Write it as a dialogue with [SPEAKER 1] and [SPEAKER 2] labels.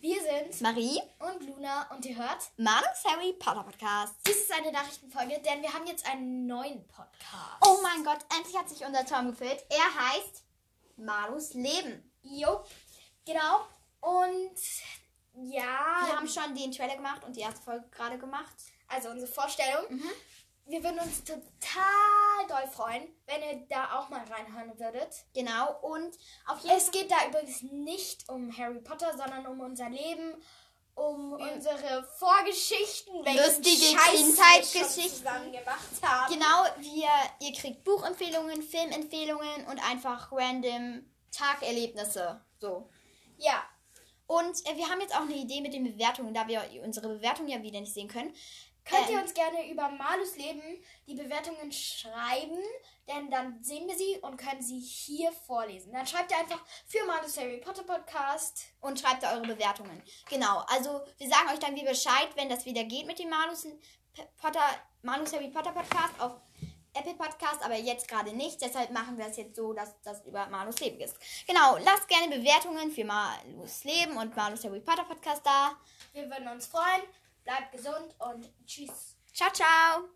[SPEAKER 1] mit Marie
[SPEAKER 2] und Luna und ihr hört,
[SPEAKER 1] Manus Harry Potter Podcast.
[SPEAKER 2] dies ist eine Nachrichtenfolge, denn wir haben jetzt einen neuen Podcast.
[SPEAKER 1] Oh mein Gott, endlich hat sich unser Traum gefüllt. Er heißt Malus Leben.
[SPEAKER 2] Jo, genau. Und ja,
[SPEAKER 1] Wir haben schon den Trailer gemacht und die erste Folge gerade gemacht.
[SPEAKER 2] also unsere Vorstellung.
[SPEAKER 1] Mhm.
[SPEAKER 2] Wir würden uns total doll freuen, wenn ihr da auch mal reinhören würdet.
[SPEAKER 1] Genau, und auf jeden
[SPEAKER 2] Es geht da übrigens nicht um Harry Potter, sondern um unser Leben, um unsere Vorgeschichten, welchen
[SPEAKER 1] Lustige
[SPEAKER 2] Scheiß wir schon
[SPEAKER 1] Kindheitsgeschichten.
[SPEAKER 2] zusammen gemacht haben.
[SPEAKER 1] Genau, wir, ihr kriegt Buchempfehlungen, Filmempfehlungen und einfach random Tagerlebnisse. So.
[SPEAKER 2] Ja,
[SPEAKER 1] Und äh, wir haben jetzt auch eine Idee mit den Bewertungen, da wir unsere Bewertung ja wieder nicht sehen können.
[SPEAKER 2] Könnt ihr
[SPEAKER 1] Ähm.
[SPEAKER 2] uns gerne über Malus Leben die Bewertungen schreiben, denn dann sehen wir sie und können sie hier vorlesen. Dann schreibt ihr einfach für Malus Harry Potter Podcast.
[SPEAKER 1] und schreibt da eure Bewertungen. Genau, also wir sagen euch dann wie Bescheid, wenn das wieder geht mit dem Manus, Potter, Manus Harry Potter Podcast auf Apple Podcast, aber jetzt gerade nicht. Deshalb machen wir es jetzt so, dass das über Malus Leben ist. Genau, lasst gerne Bewertungen für Malus Leben und Malus Harry Potter Podcast da.
[SPEAKER 2] Wir würden uns freuen. Bleibt gesund und tschüss.
[SPEAKER 1] Ciao, ciao!